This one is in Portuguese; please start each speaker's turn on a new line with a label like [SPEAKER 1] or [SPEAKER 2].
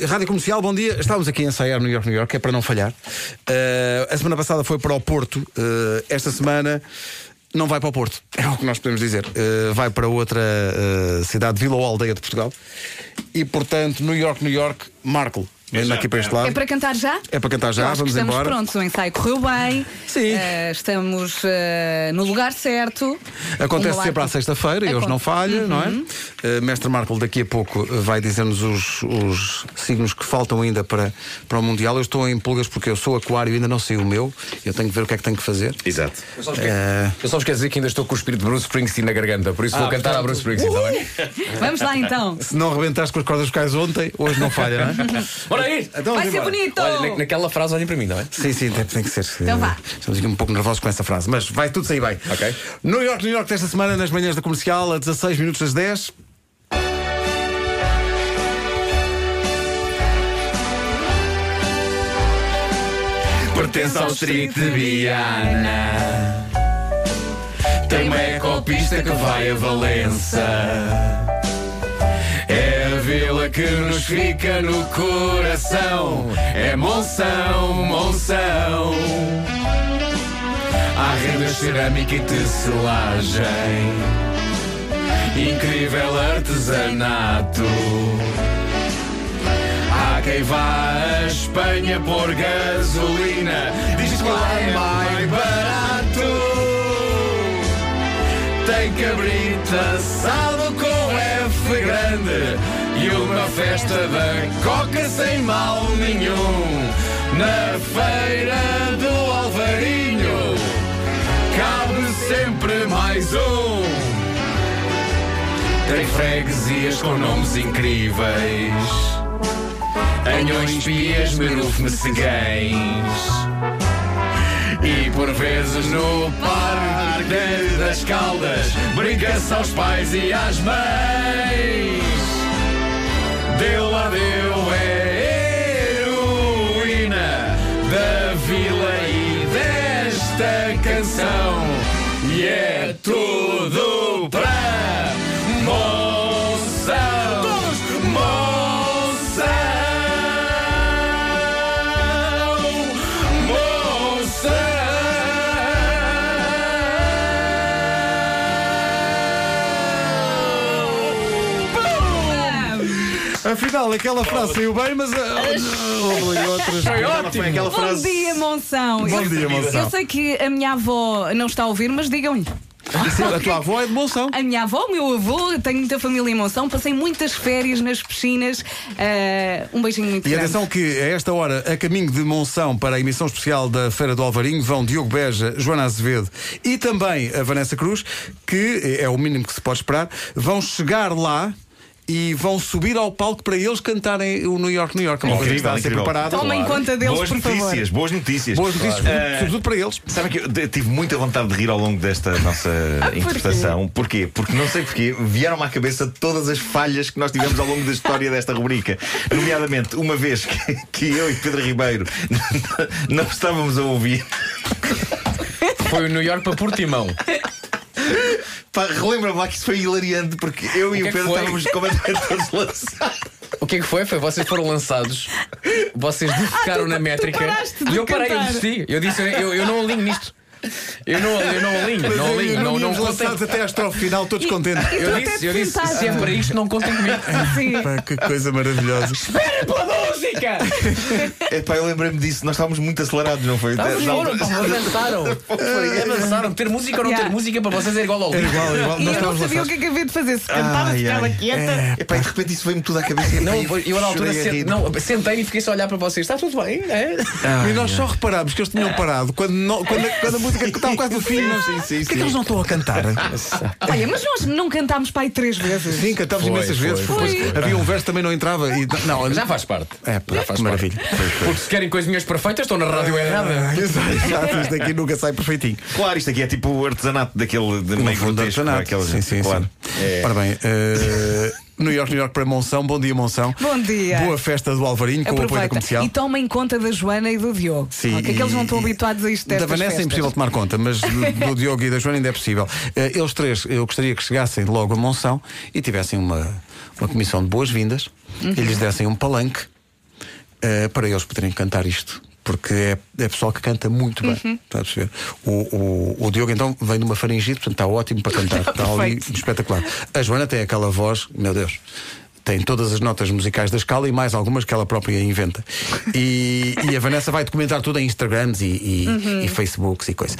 [SPEAKER 1] Rádio Comercial, bom dia. Estávamos aqui a ensaiar New York, New York, que é para não falhar. Eh, a semana passada foi para o Porto. eh, esta semana não vai para o Porto. É o que nós podemos dizer. Eh, vai para outra eh, cidade, vila ou aldeia de Portugal. E, portanto, New York, New York, Marco. Ainda aqui para este lado.
[SPEAKER 2] É para cantar já?
[SPEAKER 1] É para cantar já,
[SPEAKER 2] Eu acho que
[SPEAKER 1] vamos
[SPEAKER 2] estamos
[SPEAKER 1] embora.
[SPEAKER 2] prontos, o ensaio correu bem.
[SPEAKER 1] Sim.
[SPEAKER 2] eh, estamos eh, no lugar certo.
[SPEAKER 1] Acontece
[SPEAKER 2] Como
[SPEAKER 1] sempre
[SPEAKER 2] lá-
[SPEAKER 1] à sexta-feira e
[SPEAKER 2] Aconte-
[SPEAKER 1] hoje não falha, não é?
[SPEAKER 2] Uhum.
[SPEAKER 1] Eh, Mestre Marco, daqui a pouco eh, vai dizer-nos os, os signos que faltam ainda para, para o Mundial. Eu estou em pulgas porque eu sou aquário e ainda não sei o meu. Eu tenho que ver o que é que tenho que fazer.
[SPEAKER 3] Exato.
[SPEAKER 4] Eu só, vos quero, eu só vos quero dizer que ainda estou com o espírito de Bruce Springsteen na garganta, por isso vou cantar a Bruce Springsteen, está bem?
[SPEAKER 2] Vamos lá então.
[SPEAKER 1] Se não arrebentaste com as cordas vocais ontem, hoje não falha, não é?
[SPEAKER 4] Bora aí!
[SPEAKER 1] Então,
[SPEAKER 2] Vai
[SPEAKER 1] vamos
[SPEAKER 2] ser
[SPEAKER 1] embora.
[SPEAKER 2] bonito!
[SPEAKER 4] Olha, na- naquela frase olhem para mim, não é?
[SPEAKER 1] Sim, sim, tem, tem que ser.
[SPEAKER 2] Então vá.
[SPEAKER 1] Estamos aqui um pouco nervosos com essa frase, mas vai tudo sair bem.
[SPEAKER 4] Ok.
[SPEAKER 1] New York, New York, desta semana, nas manhãs da comercial, a 16 minutos das 10.
[SPEAKER 4] Pertence ao distrito de Viana. Tem uma ecopista que vai a Valença. É a vila que nos fica no coração. É Monção, Monção. Há rendas de cerâmica e tecelagem. Incrível artesanato. Há quem vá à Espanha por gasolina Diz que lá é mais barato Tem cabrito assado com F grande E uma festa da coca sem mal nenhum Na feira do Alvarinho Cabe sempre mais um Tem freguesias com nomes incríveis Anhões, pias, merufmecegães E por vezes no Parque das Caldas Brinca-se aos pais e às mães Deu a deu é heroína Da vila e desta canção E é tudo pra Monção Monção, Monção.
[SPEAKER 1] Afinal, aquela frase saiu bem, mas. ah, Foi
[SPEAKER 3] Foi aquela
[SPEAKER 2] Bom
[SPEAKER 3] frase.
[SPEAKER 2] dia, Monção.
[SPEAKER 1] Bom
[SPEAKER 2] Eu-
[SPEAKER 1] dia, Monção.
[SPEAKER 2] Eu sei que a minha avó não está a ouvir, mas digam-lhe.
[SPEAKER 1] A tua avó é de Monção.
[SPEAKER 2] A minha avó, o meu avô, tenho muita família em Monção, passei muitas férias nas piscinas. eh, um beijinho muito
[SPEAKER 1] E
[SPEAKER 2] grande.
[SPEAKER 1] atenção que a esta hora, a caminho de Monção para a emissão especial da Feira do Alvarinho, vão Diogo Beja, Joana Azevedo e também a Vanessa Cruz, que é o mínimo que se pode esperar, vão chegar lá e vão subir ao palco para eles cantarem o New York, New York. É uma coisa que está a ser
[SPEAKER 3] Incrível,
[SPEAKER 1] preparada.
[SPEAKER 2] Tomem conta deles,
[SPEAKER 3] Boas
[SPEAKER 2] por favor.
[SPEAKER 3] notícias, boas notícias.
[SPEAKER 1] Boas notícias,
[SPEAKER 3] Eh,
[SPEAKER 1] sobretudo para eles.
[SPEAKER 3] Sabem que eu de- tive muita vontade de rir ao longo desta nossa interpretação. Porquê? Porque não sei porquê, vieram-me à cabeça todas as falhas que nós tivemos ao longo da história desta rubrica. Nomeadamente, uma vez que, que eu e Pedro Ribeiro não estávamos a ouvir.
[SPEAKER 4] Foi o New York para Portimão.
[SPEAKER 3] Pá, relembra-me lá que isso foi hilariante, porque eu e
[SPEAKER 4] que
[SPEAKER 3] o
[SPEAKER 4] é que
[SPEAKER 3] Pedro
[SPEAKER 4] foi?
[SPEAKER 3] estávamos completamente todos lançados.
[SPEAKER 4] O que é que foi? Foi vocês foram lançados, vocês defecaram na métrica.
[SPEAKER 2] paraste de
[SPEAKER 4] e eu parei,
[SPEAKER 2] cantar.
[SPEAKER 4] eu desisti. Eu disse, eu, eu não alinho nisto. Eu não, eu não alinho, não alinho, não, não contem.
[SPEAKER 1] lançados eh, até à estrofe final, todos
[SPEAKER 2] E-
[SPEAKER 1] contentes.
[SPEAKER 2] e tu
[SPEAKER 4] Eu
[SPEAKER 2] até
[SPEAKER 4] disse,
[SPEAKER 2] te
[SPEAKER 4] eu disse,
[SPEAKER 2] sentaste.
[SPEAKER 4] se é para isto, não contem comigo.
[SPEAKER 2] Sim.
[SPEAKER 1] Pá, que coisa maravilhosa.
[SPEAKER 4] Espera pela música!
[SPEAKER 3] Epá, eu lembrei-me disso, nós estávamos muito acelerados, não foi?
[SPEAKER 4] Tá, Não, foram, pá, avançaram. Avançaram. Ter música ou não
[SPEAKER 2] Yeah.
[SPEAKER 4] ter música para vocês é igual ao
[SPEAKER 1] É
[SPEAKER 4] livro.
[SPEAKER 1] igual, igual.
[SPEAKER 2] E
[SPEAKER 1] Nós
[SPEAKER 2] eu não
[SPEAKER 1] estávamos
[SPEAKER 2] sabia o
[SPEAKER 1] lançados.
[SPEAKER 2] que é que havia de fazer. Se cantava, se
[SPEAKER 3] Ai,
[SPEAKER 2] ficava
[SPEAKER 3] ai.
[SPEAKER 1] É,
[SPEAKER 2] quieta.
[SPEAKER 3] Epá, e de repente isso veio-me tudo à cabeça. é
[SPEAKER 4] Não,
[SPEAKER 3] Epá,
[SPEAKER 4] eu na altura
[SPEAKER 3] chorei a
[SPEAKER 4] sent,
[SPEAKER 3] rir.
[SPEAKER 4] não, sentei-me e fiquei só a olhar para vocês. Está tudo bem, é?
[SPEAKER 1] E nós só reparámos que eles tinham parado quando, no- quando, a- quando a música estava quase no fim. nós-
[SPEAKER 3] Sim, sim,
[SPEAKER 1] "Por que é que
[SPEAKER 3] sim.
[SPEAKER 1] eles não estão a cantar? é.
[SPEAKER 2] Olha, mas nós não cantámos pai três vezes.
[SPEAKER 1] Sim, cantámos
[SPEAKER 4] Foi,
[SPEAKER 1] imensas
[SPEAKER 4] foi,
[SPEAKER 1] vezes.
[SPEAKER 4] foi,
[SPEAKER 1] Depois
[SPEAKER 2] foi.
[SPEAKER 1] havia um verso que também não entrava. E, não,
[SPEAKER 4] Já faz parte.
[SPEAKER 1] É, pá,
[SPEAKER 4] Já faz
[SPEAKER 1] que maravilha.
[SPEAKER 4] Porque se querem coisinhas perfeitas, estão na rádio errada.
[SPEAKER 1] Exato, exato, isto daqui nunca sai perfeitinho.
[SPEAKER 3] Claro, isto aqui é tipo o artesanato daquele de
[SPEAKER 1] No
[SPEAKER 3] meio
[SPEAKER 1] fundo,
[SPEAKER 3] grotesco.
[SPEAKER 1] artesanato.
[SPEAKER 3] aquela
[SPEAKER 1] sim,
[SPEAKER 3] gente,
[SPEAKER 1] sim,
[SPEAKER 3] claro.
[SPEAKER 1] sim.
[SPEAKER 3] É.
[SPEAKER 1] Ora bem, eh, New York, New York para Monção. Bom dia, Monção.
[SPEAKER 2] Bom dia.
[SPEAKER 1] Boa festa do Alvarinho com o apoio da comercial.
[SPEAKER 2] E tomem conta da Joana e do Diogo.
[SPEAKER 1] Sim,
[SPEAKER 2] Ok, que eles não estão
[SPEAKER 1] e-
[SPEAKER 2] habituados a isto.
[SPEAKER 1] Da
[SPEAKER 2] destas
[SPEAKER 1] Vanessa é
[SPEAKER 2] festas.
[SPEAKER 1] impossível tomar conta, mas do, do Diogo e da Joana ainda é possível. Eh, eles três, eu gostaria que chegassem logo a Monção e tivessem uma, uma comissão de boas-vindas e lhes dessem um palanque eh, para eles poderem cantar isto. Porque é, é pessoal que canta muito bem. Está a perceber? O, o, o Diogo então vem de uma faringite, portanto está ótimo para cantar. Está ali
[SPEAKER 2] Perfeito.
[SPEAKER 1] espetacular. A Joana tem aquela voz, meu Deus. Tem todas as notas musicais da escala e mais algumas que ela própria inventa. E, e a Vanessa vai documentar tudo em Instagrams e, e, e Facebooks e coisa.